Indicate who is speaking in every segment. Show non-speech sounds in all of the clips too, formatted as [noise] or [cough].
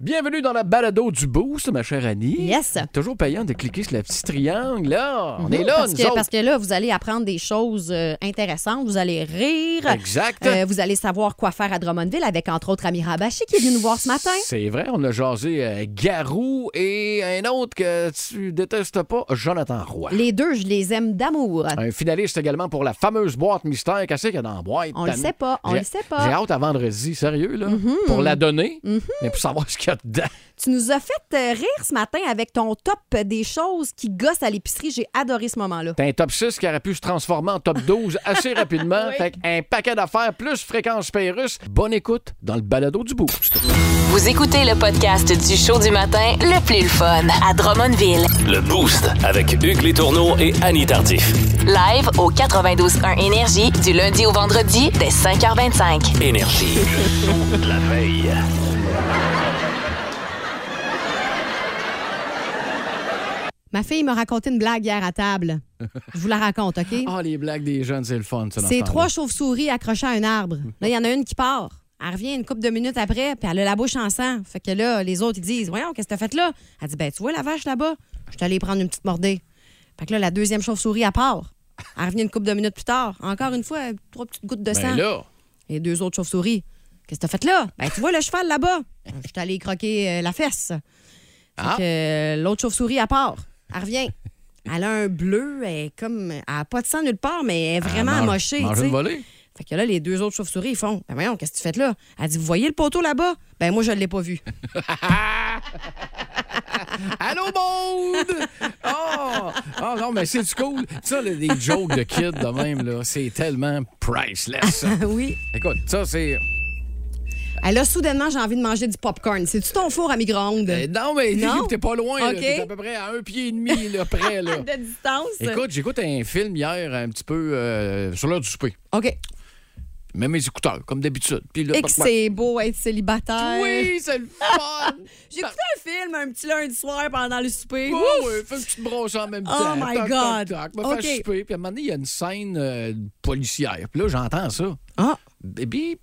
Speaker 1: Bienvenue dans la balado du boost, ma chère Annie.
Speaker 2: Yes.
Speaker 1: Toujours payant de cliquer sur le petit triangle, là. On
Speaker 2: Mhm,
Speaker 1: est là,
Speaker 2: parce
Speaker 1: nous
Speaker 2: que,
Speaker 1: autres.
Speaker 2: parce que là, vous allez apprendre des choses euh, intéressantes, vous allez rire,
Speaker 1: Exact.
Speaker 2: Euh, vous allez savoir quoi faire à Drummondville avec, entre autres, Amira Abachi qui est venue nous voir ce matin.
Speaker 1: C'est vrai, on a jasé euh, Garou et un autre que tu détestes pas, Jonathan Roy.
Speaker 2: Les deux, je les aime d'amour.
Speaker 1: Un finaliste également pour la fameuse boîte mystère. Qu'est-ce qu'il y a dans la boîte?
Speaker 2: On le
Speaker 1: Annie?
Speaker 2: sait pas, on
Speaker 1: J'ai-
Speaker 2: le sait
Speaker 1: J'ai
Speaker 2: pas. Mhm.
Speaker 1: hâte à vendredi, sérieux, là. Pour la donner, mais pour savoir ce qu'il y a dedans.
Speaker 2: Tu nous as fait euh, rire ce matin avec ton top des choses qui gossent à l'épicerie. J'ai adoré ce moment-là.
Speaker 1: T'as un top 6 qui aurait pu se transformer en top 12 [laughs] assez rapidement.
Speaker 2: Oui.
Speaker 1: Fait un paquet d'affaires plus fréquence Pérus. Bonne écoute dans le balado du Boost.
Speaker 3: Vous écoutez le podcast du show du matin le plus le fun à Drummondville.
Speaker 4: Le Boost avec Hugues Létourneau et Annie Tardif.
Speaker 3: Live au 92.1 Énergie du lundi au vendredi dès 5h25.
Speaker 4: Énergie. Le son de la veille.
Speaker 2: Ma fille m'a raconté une blague hier à table. Je vous la raconte, OK?
Speaker 1: Ah, les blagues des jeunes, c'est le fun, ça.
Speaker 2: C'est
Speaker 1: l'entendre. Hum.
Speaker 2: trois chauves-souris accrochées à un arbre. Là, il y en a une qui part. Elle revient une couple de minutes après, puis elle a la bouche en sang. Fait que là, les autres, ils disent Voyons, qu'est-ce que t'as fait là Elle dit Ben, tu vois la vache là-bas Je suis allée prendre une petite mordée. Fait que là, la deuxième chauve-souris, elle part. Elle revient une couple de minutes plus tard. Encore une fois, trois petites gouttes de sang.
Speaker 1: Ben là,
Speaker 2: Les deux autres chauves-souris. Qu'est-ce que t'as fait là? Ben, tu vois le cheval là-bas? Je suis allée croquer euh, la fesse. Fait
Speaker 1: Ah.
Speaker 2: que, euh, l'autre chauve-souris, elle part. Elle revient. Elle a un bleu, elle est comme. Elle n'a pas de sang nulle part, mais elle est vraiment
Speaker 1: ah, mange-
Speaker 2: amochée.
Speaker 1: mange
Speaker 2: tu sais.
Speaker 1: une volée. [laughs]
Speaker 2: Fait que là, les deux autres chauves-souris, ils font Ben voyons, qu'est-ce que tu fais là? Elle dit Vous voyez le poteau là-bas? Ben moi, je ne l'ai
Speaker 1: [laughs]
Speaker 2: pas vu.
Speaker 1: Allô, monde! Oh! Ah non, mais c'est cool. Ça, là, des jokes de kids de même, là, c'est tellement priceless. ça.
Speaker 2: oui.
Speaker 1: Écoute, ça, c'est. euh,
Speaker 2: Elle a soudainement, j'ai envie de manger du popcorn. C'est-tu ton four à micro-ondes?
Speaker 1: Euh, non, mais
Speaker 2: Non?
Speaker 1: t'es pas loin. là.
Speaker 2: OK.
Speaker 1: T'es à peu près à un pied et demi là, près. Là.
Speaker 2: Ah, De distance.
Speaker 1: Écoute, j'écoute un film hier un petit peu euh, sur l'heure du souper.
Speaker 2: OK.
Speaker 1: Mets mes écouteurs, comme d'habitude. Puis là,
Speaker 2: Et que c'est beau être célibataire.
Speaker 1: Oui, c'est le fun!
Speaker 2: J'ai écouté un film un petit lundi soir pendant le souper.
Speaker 1: Ouais,
Speaker 2: [laughs] Ouf!
Speaker 1: ouais, fais une petite brosse en même
Speaker 2: Oh
Speaker 1: temps.
Speaker 2: my
Speaker 1: Toc,
Speaker 2: God.
Speaker 1: Toc, toc, me faire
Speaker 2: OK.
Speaker 1: souper. Puis à un moment donné, il y a une scène euh, policière. Puis là, j'entends ça.
Speaker 2: Ah,
Speaker 1: Bip,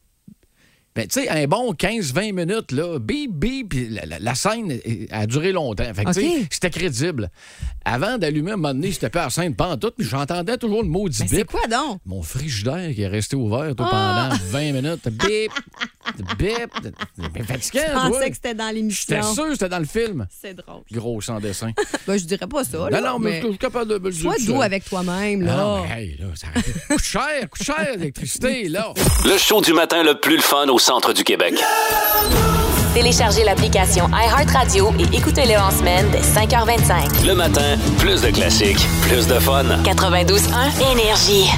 Speaker 1: Ben, tu sais, un bon 15-20 minutes, là, bip, bip, puis la, la- la scène euh, a duré longtemps. Fait que, tu sais,
Speaker 2: OK.
Speaker 1: c'était crédible. Avant d'allumer, à un moment donné, c'était pas la scène pantoute, puis j'entendais toujours le maudit
Speaker 2: ben c'est
Speaker 1: bip.
Speaker 2: quoi donc?
Speaker 1: Mon frigidaire qui est resté ouvert toi,
Speaker 2: Ah!
Speaker 1: pendant 20 minutes. Bip, bip. Ben,
Speaker 2: Je
Speaker 1: fatigant, toi.
Speaker 2: pensais que c'était dans
Speaker 1: J'étais
Speaker 2: l'émission.
Speaker 1: sûr que c'était dans le film.
Speaker 2: C'est drôle.
Speaker 1: Gros sans
Speaker 2: [laughs]
Speaker 1: dessin.
Speaker 2: Ben, je dirais pas ça.
Speaker 1: Non,
Speaker 2: là,
Speaker 1: non, mais je suis capable de me le dire
Speaker 2: Sois
Speaker 1: tout
Speaker 2: doux
Speaker 1: seul.
Speaker 2: avec toi-même,
Speaker 1: Ah
Speaker 2: là.
Speaker 1: Non, mais hey, là, ça coûte cher, coûte cher l'électricité, là.
Speaker 4: Le show du matin le plus le fun au centre du Québec.
Speaker 3: Téléchargez l'application iHeartRadio et écoutez-le en semaine dès 5h25.
Speaker 4: Le matin, plus de classiques, plus de fun.
Speaker 3: 92.1 Énergie.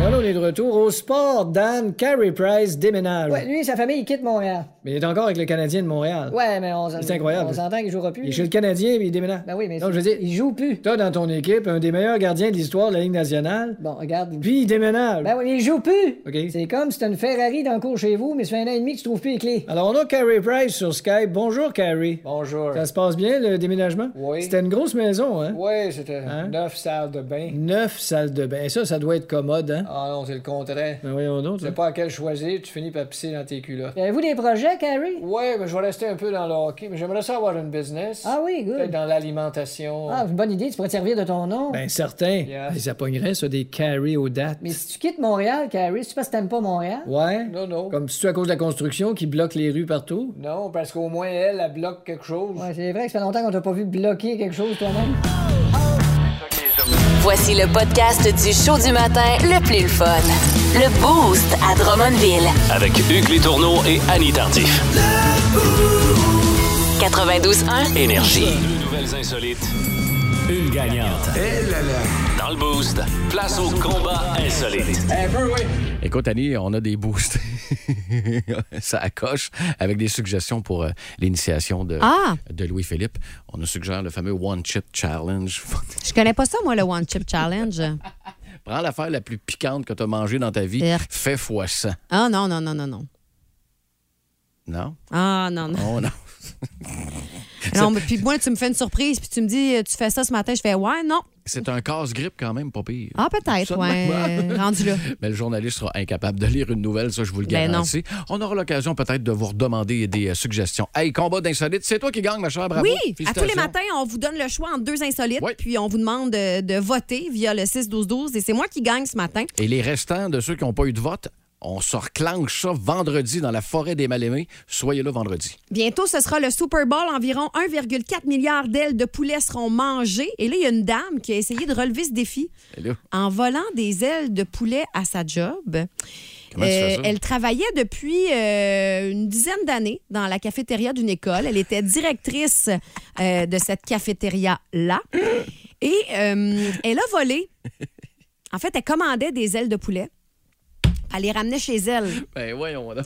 Speaker 5: Alors, on est de retour au sport. Dan, Carey Price déménage.
Speaker 6: Ouais, lui, sa famille, il quitte Montréal.
Speaker 5: Mais il est encore avec le Canadien de Montréal.
Speaker 6: Ouais, mais on s'en-
Speaker 5: C'est incroyable.
Speaker 6: On s'entend qu'il jouera
Speaker 5: Il
Speaker 6: plus.
Speaker 5: est chez le Canadien, mais il déménage.
Speaker 6: Ben oui, mais
Speaker 5: Hein? Non, je veux dire,
Speaker 6: il joue plus.
Speaker 5: t'as dans ton équipe un des meilleurs gardiens de l'histoire de la Ligue nationale,
Speaker 6: Bon, regarde.
Speaker 5: puis il déménage.
Speaker 6: Ben oui, mais il joue plus.
Speaker 5: OK.
Speaker 6: C'est comme si t'as une Ferrari dans le cours chez vous, mais ça fait un an et demi que tu trouves plus les clés.
Speaker 5: Alors, on a Carey Price sur Skype. Bonjour, Carey.
Speaker 6: Bonjour.
Speaker 5: Ça se passe bien, le déménagement?
Speaker 6: Oui.
Speaker 5: C'était une grosse maison, hein?
Speaker 6: Ouais, c'était
Speaker 5: Hein?
Speaker 6: neuf salles de bain.
Speaker 5: Neuf salles de bain. Ça, ça doit être commode, hein?
Speaker 6: Ah non, c'est le contraire.
Speaker 5: Ben voyons donc. ça.
Speaker 6: pas à quel choisir, tu finis par pisser dans tes culottes. Avez-vous des projets, Carrie? Ouais, mais je vais rester un peu dans le hockey, mais j'aimerais ça avoir une business. Ah oui, good. Peut-être dans l'alimentation. Ah, c'est une bonne idée, tu pourrais te servir de ton nom.
Speaker 5: Ben certain.
Speaker 6: Yeah.
Speaker 5: Et Ça pognerait, ça, des Carey aux dates.
Speaker 6: Mais si tu quittes Montréal, Carrie, c'est parce que t'aimes pas Montréal?
Speaker 5: Ouais?
Speaker 6: Non, non.
Speaker 5: Comme si tu à cause de la construction qui bloque les rues partout?
Speaker 6: Non, parce qu'au moins elle, elle bloque quelque chose. Ouais, c'est vrai que ça fait longtemps qu'on t'a pas vu bloquer quelque chose toi-même.
Speaker 3: Voici le podcast du show du matin le plus le fun. Le Boost à Drummondville.
Speaker 4: Avec Hugues Létourneau et Annie Tardif.
Speaker 3: 92.1
Speaker 4: Énergie. Deux nouvelles insolites. Une gagnante. Dans le Boost, place au combat insolite.
Speaker 1: Écoute, Annie, on a des boosts. [laughs] ça accroche avec des suggestions pour euh, l'initiation de,
Speaker 2: Ah!
Speaker 1: de Louis-Philippe. On nous suggère le fameux One Chip Challenge. [laughs]
Speaker 2: Je connais pas ça, moi, le One Chip Challenge.
Speaker 1: Prends l'affaire la plus piquante que tu as mangée dans ta vie.
Speaker 2: Yeah.
Speaker 1: Fais fois 100.
Speaker 2: Ah, non, non, non, non, non.
Speaker 1: Non?
Speaker 2: Ah, non, non.
Speaker 1: Oh non.
Speaker 2: Non, mais puis moi, tu me fais une surprise, puis tu me dis, tu fais ça ce matin. Je fais, ouais, non.
Speaker 1: C'est un casse-grippe quand même, pas pire.
Speaker 2: Ah, peut-être,
Speaker 1: Seulement. [laughs]
Speaker 2: ouais. euh, Rendu là.
Speaker 1: Mais le journaliste sera incapable de lire une nouvelle, ça, je vous le
Speaker 2: Ben non.
Speaker 1: garantis. On aura l'occasion peut-être de vous redemander des euh, suggestions. Hey, combat d'insolite, c'est toi qui gagne, ma chère, bravo.
Speaker 2: Oui, à tous les
Speaker 1: Félicitations.
Speaker 2: matins, on vous donne le choix entre deux insolites,
Speaker 1: Oui.
Speaker 2: puis on vous demande de, de voter via le 6-12-12. Et c'est moi qui gagne ce matin.
Speaker 1: Et les restants de ceux qui n'ont pas eu de vote, on se reclenche ça vendredi dans la forêt des Mal-Aimés. Soyez là vendredi.
Speaker 2: Bientôt, ce sera le Super Bowl. Environ 1,4 milliard d'ailes de poulet seront mangées. Et là, il y a une dame qui a essayé de relever ce défi
Speaker 1: Et là,
Speaker 2: en volant des ailes de poulet à sa job.
Speaker 1: Comment tu fais ça?
Speaker 2: Euh, elle travaillait depuis euh, une dizaine d'années dans la cafétéria d'une école. Elle était directrice euh, de cette cafétéria-là. Et euh, elle a volé. En fait, elle commandait des ailes de poulet. Elle les ramenait chez elle.
Speaker 1: Ben voyons là.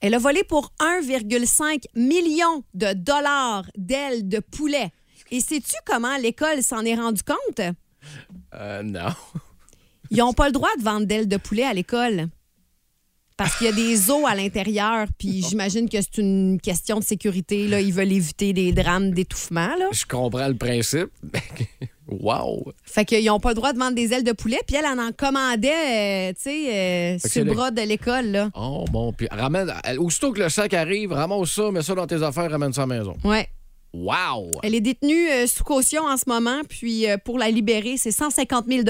Speaker 2: Elle a volé pour 1,5 million de dollars d'ailes de poulet. Et sais-tu comment l'école s'en est rendue compte?
Speaker 1: Euh, non. [laughs]
Speaker 2: Ils n'ont pas le droit de vendre d'ailes de poulet à l'école. Parce qu'il y a des os à l'intérieur, puis j'imagine que c'est une question de sécurité. Là. Ils veulent éviter des drames d'étouffement. Là.
Speaker 1: Je comprends le principe. [laughs] wow.
Speaker 2: Fait qu'ils n'ont pas le droit de vendre des ailes de poulet, puis elle en, en commandait, euh, tu sais, euh,
Speaker 1: que
Speaker 2: sur
Speaker 1: c'est
Speaker 2: le
Speaker 1: le-
Speaker 2: bras de l'école. Là.
Speaker 1: Oh bon, puis ramène. elle- Aussitôt que le sac arrive, ramasse ça, mets ça dans tes affaires, ramène ça à la maison.
Speaker 2: Ouais.
Speaker 1: Wow!
Speaker 2: Elle est détenue euh, sous caution en ce moment, puis euh, pour la libérer, c'est 150 000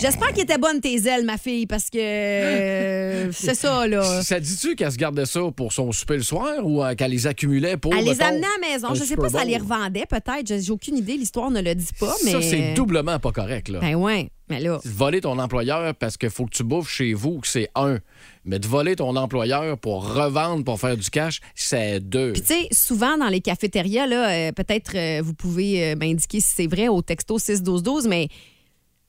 Speaker 2: J'espère qu'elle était bonne tes ailes, ma fille, parce que euh, c'est
Speaker 1: [laughs]
Speaker 2: ça, là.
Speaker 1: Ça dit-tu qu'elle se gardait ça pour son souper le soir ou euh, qu'elle les accumulait pour.
Speaker 2: Elle les
Speaker 1: mettons,
Speaker 2: amenait à la maison.
Speaker 1: un
Speaker 2: Je sais
Speaker 1: Super
Speaker 2: pas si elle les
Speaker 1: Bowl?
Speaker 2: revendait, peut-être. J'ai j'ai aucune idée. L'histoire ne le dit pas, mais.
Speaker 1: Ça, c'est doublement pas correct, là.
Speaker 2: Ben ouais, mais là.
Speaker 1: Voler ton employeur parce qu'il faut que tu bouffes chez vous, que c'est un. Mais de voler ton employeur pour revendre, pour faire du cash, c'est deux.
Speaker 2: Puis, tu sais, souvent dans les cafétérias, là, euh, peut-être euh, vous pouvez euh, m'indiquer si c'est vrai au texto 6-12-12, mais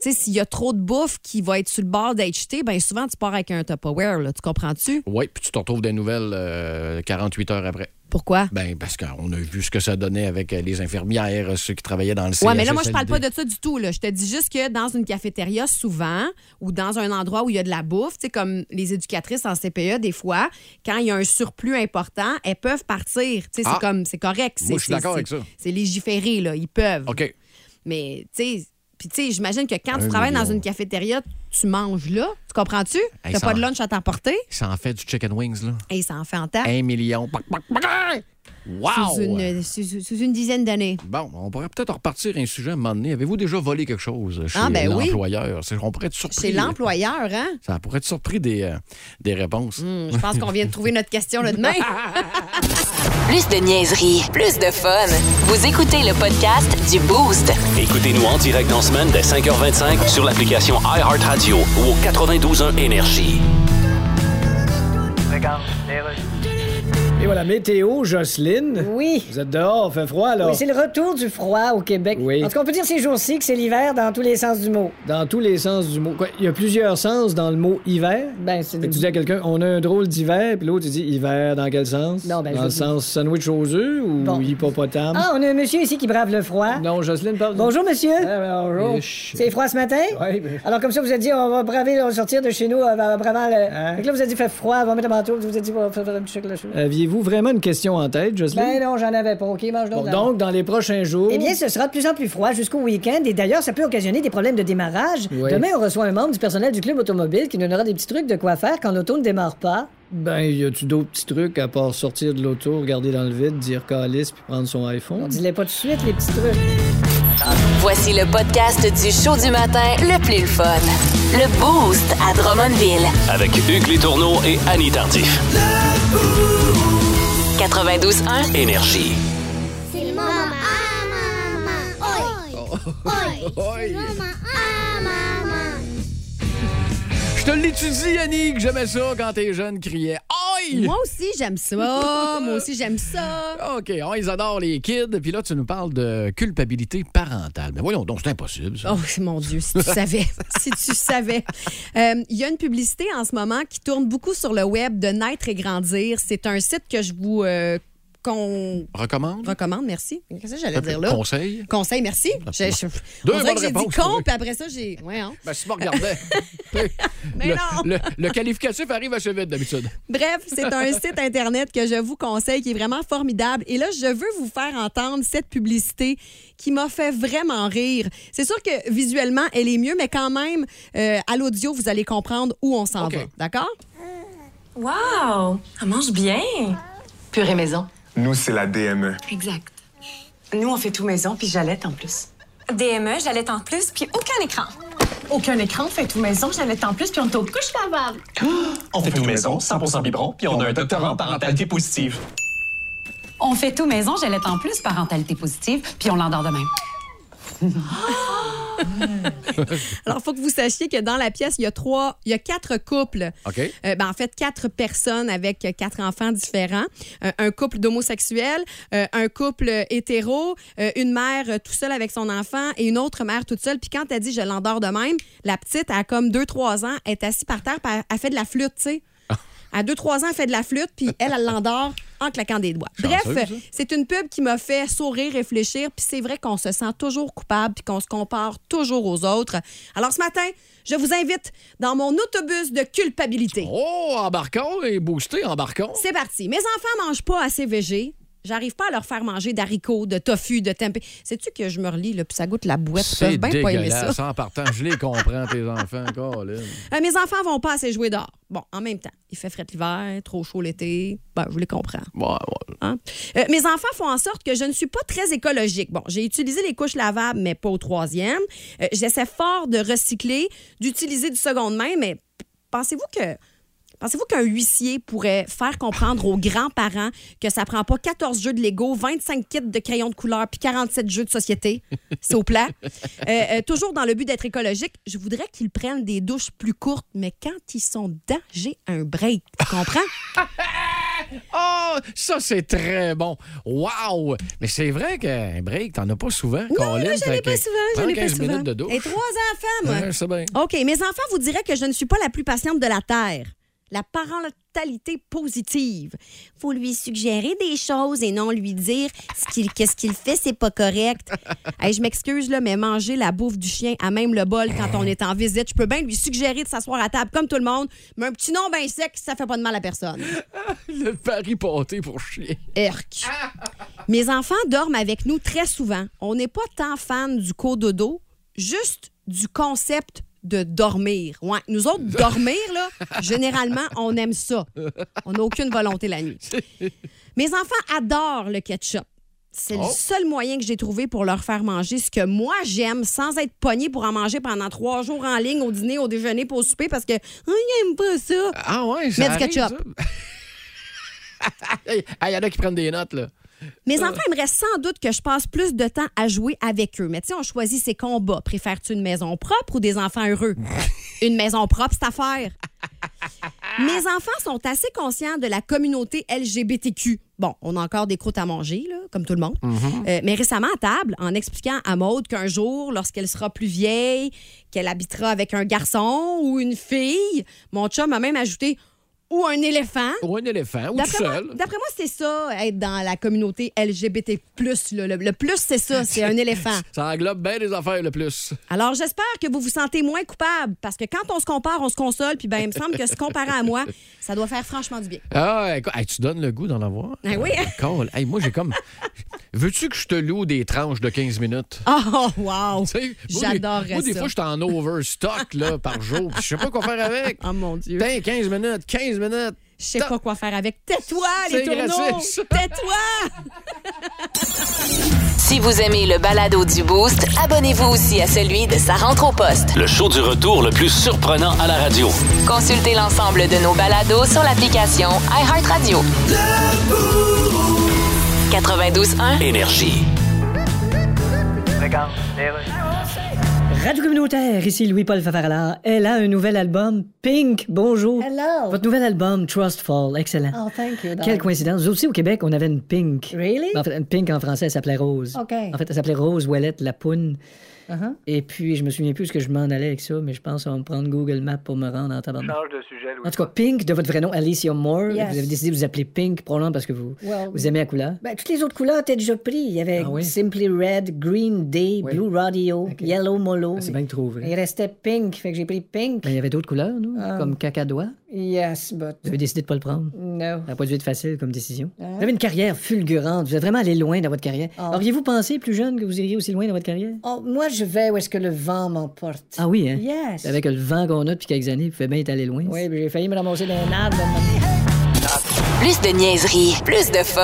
Speaker 2: tu sais, s'il y a trop de bouffe qui va être sur le bord d'être jetée, ben souvent tu pars avec un Tupperware, là. Tu comprends-tu?
Speaker 1: Oui, puis tu te retrouves des nouvelles euh, 48 heures après.
Speaker 2: Pourquoi?
Speaker 1: Ben, parce qu'on a vu ce que ça donnait avec euh, les infirmières, euh, ceux qui travaillaient dans le
Speaker 2: Ouais, mais là, moi, je parle pas
Speaker 1: CHSLD.
Speaker 2: de ça du tout. Là. Je te dis juste que dans une cafétéria, souvent, ou dans un endroit où il y a de la bouffe, tu sais, comme les éducatrices en CPE, des fois, quand il y a un surplus important, elles peuvent partir. Tu sais,
Speaker 1: Ah.
Speaker 2: C'est comme, c'est correct.
Speaker 1: Moi,
Speaker 2: c'est-
Speaker 1: je suis d'accord
Speaker 2: c'est-
Speaker 1: avec ça.
Speaker 2: C'est légiféré, là. Ils peuvent.
Speaker 1: OK. Ah
Speaker 2: Mais, tu sais, puis, tu sais, j'imagine que quand
Speaker 1: Un
Speaker 2: tu travailles dans
Speaker 1: million.
Speaker 2: une cafétéria, tu manges là. Tu comprends-tu?
Speaker 1: Hey,
Speaker 2: T'as
Speaker 1: ça
Speaker 2: pas
Speaker 1: en-
Speaker 2: de lunch à t'emporter.
Speaker 1: Ça en fait du chicken wings, là.
Speaker 2: Et ça en fait en temps.
Speaker 1: Un million. Pac, pac, pac, pac. Wow!
Speaker 2: Ah. Sous, une, sous- sous- sous une dizaine d'années.
Speaker 1: Bon, on pourrait peut-être repartir à un sujet à un moment donné. Avez-vous déjà volé quelque chose chez
Speaker 2: Ah, ben oui.
Speaker 1: l'employeur? C'est- On pourrait être surpris.
Speaker 2: Chez l'employeur, hein?
Speaker 1: Ça pourrait être surpris des, euh, des réponses.
Speaker 2: Hum, je pense qu'on vient de trouver notre question
Speaker 1: [laughs]
Speaker 2: là demain.
Speaker 3: Plus de niaiserie, plus de fun. Vous écoutez le podcast du Boost.
Speaker 4: Écoutez-nous en direct en semaine dès 5h25 sur l'application iHeartRadio ou au 92.1 Énergie.
Speaker 5: Et voilà, météo, Jocelyne.
Speaker 7: Oui.
Speaker 5: Vous êtes dehors, fait froid, là.
Speaker 7: Oui, c'est le retour du froid au Québec.
Speaker 5: Oui.
Speaker 7: En tout cas, on peut dire ces jours-ci que c'est l'hiver dans tous les sens du mot.
Speaker 5: Dans tous les sens du mot. Quoi, Il y a plusieurs sens dans le mot hiver.
Speaker 7: Ben, c'est...
Speaker 5: Fait que tu dis à quelqu'un, on a un drôle d'hiver, puis l'autre, il dit hiver dans quel sens?
Speaker 7: Non, ben, je
Speaker 5: dans
Speaker 7: veux
Speaker 5: le
Speaker 7: dire-
Speaker 5: sens sandwich aux œufs ou
Speaker 7: Bon.
Speaker 5: hippopotame?
Speaker 7: Ah, on a un monsieur ici qui brave le froid.
Speaker 5: Non, Jocelyne parle.
Speaker 7: Bonjour, monsieur.
Speaker 5: Eh, ben, bonjour.
Speaker 7: C'est froid ce matin?
Speaker 5: Ouais, ben-
Speaker 7: Alors, comme ça, vous avez dit, on va braver, on va sortir de chez nous, euh, va- vraiment. le-
Speaker 5: Hein?
Speaker 7: Fait que là, vous avez dit, fait froid, on va mettre un manteau, vous avez dit, on va faire faire un petit chocolat chaud.
Speaker 5: Aviez-vous vraiment une question en tête, Jocelyne?
Speaker 7: Ben non, j'en avais pas. OK, mange donc.
Speaker 5: Bon,
Speaker 7: là.
Speaker 5: donc, dans les prochains jours.
Speaker 7: Ben, Eh bien, ce sera de plus en plus froid jusqu'au week-end et d'ailleurs, ça peut occasionner des problèmes de démarrage.
Speaker 5: Oui.
Speaker 7: Demain, on reçoit un membre du personnel du club automobile qui nous donnera des petits trucs de quoi faire quand l'auto ne démarre pas.
Speaker 5: Ben, y a-tu d'autres petits trucs à part sortir de l'auto, regarder dans le vide, dire calice puis prendre son
Speaker 7: On
Speaker 5: iPhone?
Speaker 7: dit les pas tout de suite, les petits trucs.
Speaker 3: Voici le podcast du show du matin le plus le fun. Le Boost à Drummondville.
Speaker 4: Avec Hugues Létourneau et Annie Tardif.
Speaker 3: 92.1.
Speaker 4: Énergie.
Speaker 8: C'est maman, ah maman, oi, oi,
Speaker 1: Oi.
Speaker 8: maman, ah maman.
Speaker 1: Je te l'étudie, Annie, que j'aimais ça quand t'es jeune, criait Aïe!
Speaker 2: [laughs] Moi aussi, j'aime ça. Moi aussi, j'aime ça.
Speaker 1: OK, on les adore, les kids. Puis là, tu nous parles de culpabilité parentale. Mais voyons donc, c'est impossible, ça.
Speaker 2: Oh mon Dieu, si tu savais, si tu savais. Euh, Il y a une publicité en ce moment qui tourne beaucoup sur le web de Naître et Grandir. C'est un site que je vous euh, qu'on
Speaker 1: Recommande?
Speaker 2: recommande, merci. Qu'est-ce que j'allais dire là?
Speaker 1: Conseil?
Speaker 2: Conseil, merci. Je- je-
Speaker 1: Deux
Speaker 2: on dirait
Speaker 1: bonnes
Speaker 2: que j'ai dit
Speaker 1: réponses,
Speaker 2: con,
Speaker 1: oui.
Speaker 2: puis après ça, j'ai. Ouais, hein.
Speaker 1: Ben, si tu me regardais.
Speaker 2: [laughs] Mais
Speaker 1: le,
Speaker 2: non!
Speaker 1: Le, le qualificatif arrive assez vite
Speaker 2: [laughs]
Speaker 1: d'habitude.
Speaker 2: Bref, c'est un [laughs] site Internet que je vous conseille qui est vraiment formidable. Et là, je veux vous faire entendre cette publicité qui m'a fait vraiment rire. C'est sûr que visuellement, elle est mieux, mais quand même, euh, à l'audio, vous allez comprendre où on s'en
Speaker 1: OK.
Speaker 2: va. D'accord?
Speaker 9: Wow! Elle mange bien! Purée maison.
Speaker 10: Nous, c'est la E. DME.
Speaker 9: Exact. Nous, on fait tout maison, puis j'allaite en plus. DME, j'allaite E, en plus, puis aucun écran. Aucun écran, on fait tout maison, j'allaite en plus, puis on est aux couches lavables.
Speaker 10: On fait tout maison, 100% biberon, puis on a un doctorat en parentalité positive.
Speaker 9: On fait tout maison, j'allaite en plus, parentalité positive, puis on l'endort de même.
Speaker 2: Alors, il faut que vous sachiez que dans la pièce, il y a trois, il y a quatre couples.
Speaker 1: OK.
Speaker 2: Euh, ben, en fait, quatre personnes avec euh, quatre enfants différents. Euh, un couple d'homosexuels, euh, un couple euh, hétéro, euh, une mère euh, tout seule avec son enfant et une autre mère toute seule. Puis quand elle dit je l'endors de même, la petite a comme 2-3 ans, elle est assise par terre, puis elle, elle fait de la flûte, tu sais. À 2-3 ans, elle fait de la flûte, puis elle, elle l'endort en claquant des doigts. Bref,
Speaker 1: Chanceuse.
Speaker 2: c'est une pub qui m'a fait sourire, réfléchir, puis c'est vrai qu'on se sent toujours coupable, puis qu'on se compare toujours aux autres. Alors ce matin, je vous invite dans mon autobus de culpabilité.
Speaker 1: Oh, embarquons et boosté, embarquons.
Speaker 2: C'est parti. Mes enfants mangent pas assez végé. J'arrive pas à leur faire manger d'haricots, de tofu, de tempeh. Sais-tu que je me relis, là, puis ça goûte la bouette. Ils peuvent bien pas aimer ça.
Speaker 1: dégueulasse. En partant, je les comprends, tes enfants. Colin.
Speaker 2: Euh, mes enfants vont pas assez jouer dehors. Bon, en même temps, il fait fret l'hiver, trop chaud l'été. Ben, je les comprends.
Speaker 1: Ouais, ouais.
Speaker 2: hein. Euh, mes enfants font en sorte que je ne suis pas très écologique. Bon, j'ai utilisé les couches lavables, mais pas au troisième. Euh, J'essaie fort de recycler, d'utiliser du seconde main, mais pensez-vous que. Pensez-vous qu'un huissier pourrait faire comprendre aux grands-parents que ça prend pas 14 jeux de Lego, 25 kits de crayons de couleur puis 47 jeux de société? C'est au plat. Euh, euh, toujours dans le but d'être écologique, je voudrais qu'ils prennent des douches plus courtes, mais quand ils sont dedans, j'ai un break. Tu comprends?
Speaker 1: Ah, ça, c'est très bon. Wow! Mais c'est vrai qu'un break, t'en as pas souvent,
Speaker 2: Non, là, j'en ai pas souvent, j'en ai pas
Speaker 1: 15
Speaker 2: souvent.
Speaker 1: minutes de douche. Euh,
Speaker 2: Et trois enfants, moi.
Speaker 1: Ouais, c'est bien.
Speaker 2: OK, mes enfants vous diraient que je ne suis pas la plus patiente de la Terre. La parentalité positive. Faut lui suggérer des choses et non lui dire ce qu'il- qu'est-ce qu'il fait, c'est
Speaker 1: [laughs]
Speaker 2: pas correct. Hey, je m'excuse, là, mais manger la bouffe du chien à même le bol quand on est en visite, je peux bien lui suggérer de s'asseoir à table comme tout le monde, mais un petit nom ben sec, ça fait pas de mal à personne.
Speaker 1: Le pari pâté pour chier.
Speaker 2: Erc. Mes enfants dorment avec nous très souvent. On n'est pas tant fan du cododo, juste du concept de dormir. Ouais, nous autres, dormir, là, généralement, on aime ça. On n'a aucune volonté la nuit. Mes enfants adorent le ketchup. C'est le
Speaker 1: Oh.
Speaker 2: seul moyen que j'ai trouvé pour leur faire manger ce que moi j'aime sans être pogné pour en manger pendant trois jours en ligne au dîner, au déjeuner, pour au souper parce que Ah, ils n'aiment pas ça.
Speaker 1: Ah ouais,
Speaker 2: Mets
Speaker 1: ça
Speaker 2: du
Speaker 1: arrive,
Speaker 2: ketchup.
Speaker 1: ça. [laughs] hey, il y en a qui prennent des notes, là.
Speaker 2: Mes enfants aimeraient sans doute que je passe plus de temps à jouer avec eux. Mais tu sais, on choisit ses combats. Préfères-tu une maison propre ou des enfants heureux? une maison propre, c'est affaire. Mes enfants sont assez conscients de la communauté LGBTQ. Bon, on a encore des croûtes à manger, là, comme tout le monde. Euh, mais récemment, à table, en expliquant à Maude qu'un jour, lorsqu'elle sera plus vieille, qu'elle habitera avec un garçon ou une fille, mon chum a même ajouté ou un éléphant.
Speaker 1: Ou un éléphant, ou tout
Speaker 2: D'après moi,
Speaker 1: seul.
Speaker 2: d'après moi, c'est ça, être dans la communauté LGBT. là. Le, le plus, c'est
Speaker 1: [laughs]
Speaker 2: ça, c'est un éléphant.
Speaker 1: Ça englobe bien les affaires, le plus.
Speaker 2: Alors, j'espère que vous vous sentez moins coupable, parce que quand on se compare, on se console, puis ben, il me semble que se comparer
Speaker 1: [laughs]
Speaker 2: à moi, ça doit faire franchement du bien.
Speaker 1: Ah, écoute, hey, tu donnes le goût d'en avoir.
Speaker 2: Ah oui, hein?
Speaker 1: Colle. Hey, moi, j'ai comme. [laughs] Veux-tu que je te loue des tranches de 15 minutes?
Speaker 2: [laughs] Oh, wow!
Speaker 1: Ah, Tu sais, moi, des-
Speaker 2: J'adorerais
Speaker 1: Moi, des
Speaker 2: ça.
Speaker 1: fois, je suis en overstock là, par jour, puis je sais pas quoi faire avec.
Speaker 2: [laughs] Oh mon Dieu.
Speaker 1: Putain, 15 minutes, 15 minutes.
Speaker 2: Je sais pas quoi faire avec. Tais-toi, les
Speaker 1: C'est
Speaker 2: tourneaux!
Speaker 1: gratuit, ça.
Speaker 2: Tais-toi!
Speaker 3: Si vous aimez le balado du Boost, abonnez-vous aussi à celui de sa rentre au poste.
Speaker 4: Le show du retour le plus surprenant à la radio.
Speaker 3: Consultez l'ensemble de nos balados sur l'application iHeartRadio. 92.1.
Speaker 4: Énergie.
Speaker 7: Radio communautaire, ici Louis-Paul Favarala. Elle a un nouvel album, Pink. Bonjour.
Speaker 5: Hello.
Speaker 7: Votre nouvel album, Trust Fall, excellent.
Speaker 5: Oh, thank you. darling.
Speaker 7: Quelle coïncidence. Nous aussi, au Québec, on avait une Pink.
Speaker 5: Really?
Speaker 7: En fait, une Pink en français, elle s'appelait Rose.
Speaker 5: OK.
Speaker 7: En fait, elle s'appelait Rose Ouellette Lapoune. Et puis, je me souviens plus ce que je m'en allais avec ça, mais je pense qu'on va me prendre Google Maps pour me rendre en tabarnak.
Speaker 11: Change de sujet, Louis.
Speaker 7: En tout cas, Pink, de votre vrai nom, Alicia Moore,
Speaker 11: Yes.
Speaker 7: vous avez décidé de vous appeler Pink, probablement parce que vous,
Speaker 11: Well,
Speaker 7: vous aimez la couleur.
Speaker 11: Ben, toutes les autres couleurs étaient déjà prises. Il y avait
Speaker 7: Ah oui?
Speaker 11: Simply Red, Green Day, Blue Radio, Yellow Molo.
Speaker 7: Ah, C'est bien trouvé.
Speaker 11: Il restait Pink, fait que j'ai pris Pink.
Speaker 7: Mais Ben, il y avait d'autres couleurs, non?
Speaker 11: Ah.
Speaker 7: Comme cacadois.
Speaker 11: Yes, but
Speaker 7: Vous avez décidé de pas le prendre.
Speaker 11: no.
Speaker 7: Ça n'a pas dû être facile comme décision.
Speaker 11: Ah.
Speaker 7: Vous avez une carrière fulgurante. Vous êtes vraiment allé loin dans votre carrière. Auriez-vous pensé, plus jeune, que vous iriez aussi loin dans votre carrière?
Speaker 11: Oh, moi, je vais où est-ce que le vent m'emporte.
Speaker 7: Ah oui, hein?
Speaker 11: Yes.
Speaker 7: Avec le vent qu'on a depuis quelques années, vous pouvez bien être allé loin.
Speaker 11: Oui, puis j'ai failli me ramasser dans un arbre.
Speaker 3: Plus de niaiserie, plus de fun.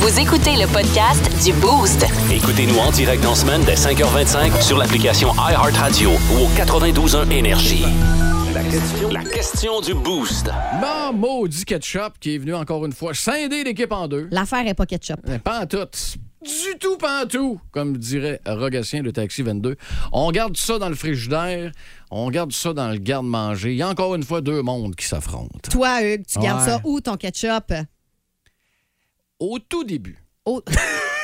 Speaker 3: Vous écoutez le podcast du Boost.
Speaker 4: Écoutez-nous en direct en semaine dès 5h25 sur l'application iHeartRadio ou au 92.1 Énergie. La question, la question du boost.
Speaker 1: Bon, maudit ketchup qui est venu encore une fois scinder l'équipe en deux.
Speaker 2: L'affaire est pas ketchup.
Speaker 1: Mais Pas en tout. Du tout, pas en tout, comme dirait Rogatien de Taxi 22. On garde ça dans le frigidaire, on garde ça dans le garde-manger. Il y a encore une fois deux mondes qui s'affrontent.
Speaker 2: Toi, Hugues, tu gardes
Speaker 1: Ouais.
Speaker 2: ça où ton ketchup?
Speaker 1: Au tout début,
Speaker 2: Oh,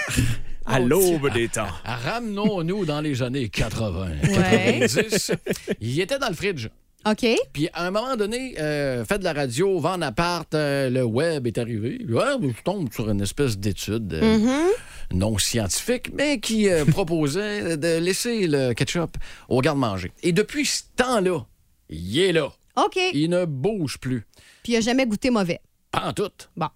Speaker 1: [laughs]
Speaker 12: À l'aube des temps.
Speaker 1: ramenons-nous dans les années 80,
Speaker 2: Ouais.
Speaker 1: 90. Il était dans le fridge.
Speaker 2: OK.
Speaker 1: Puis à un moment donné, euh, fait de la radio, vend en appart, euh, le web est arrivé. Puis, Ouais, je tombe sur une espèce d'étude euh, non scientifique, mais qui euh, [laughs] proposait de laisser le ketchup au garde-manger. Et depuis ce temps-là, il est là.
Speaker 2: OK.
Speaker 1: Il ne bouge plus.
Speaker 2: Puis il a jamais goûté mauvais.
Speaker 1: Pas en tout.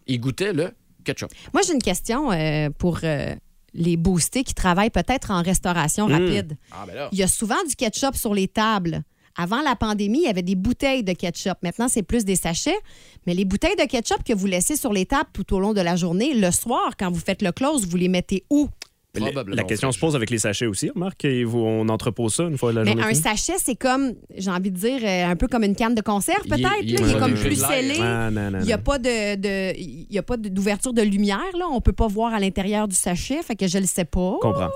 Speaker 1: Il goûtait le ketchup.
Speaker 2: Moi, j'ai une question euh, pour euh, les boostés qui travaillent peut-être en
Speaker 12: Mm.
Speaker 2: restauration rapide.
Speaker 1: Ah, ben là.
Speaker 2: Il y a souvent du ketchup sur les tables. Avant la pandémie, il y avait des bouteilles de ketchup. Maintenant, c'est plus des sachets. Mais les bouteilles de ketchup que vous laissez sur les tables tout au long de la journée, le soir, quand vous faites le close, vous les mettez où?
Speaker 12: La- La question se pose avec les sachets aussi, remarque. et vous- on entrepose ça une fois la
Speaker 2: Mais
Speaker 12: journée.
Speaker 2: un
Speaker 12: finie.
Speaker 2: sachet, c'est comme, j'ai envie de dire, euh, un peu comme une canne de conserve, peut-être. là. Il, est comme plus scellé.
Speaker 12: Ah, non, non,
Speaker 2: Il n'y a
Speaker 12: non.
Speaker 2: pas de, de- il y a pas de- d'ouverture de lumière, là. On peut pas voir à l'intérieur du sachet, fait que je le sais pas.
Speaker 12: Comprends.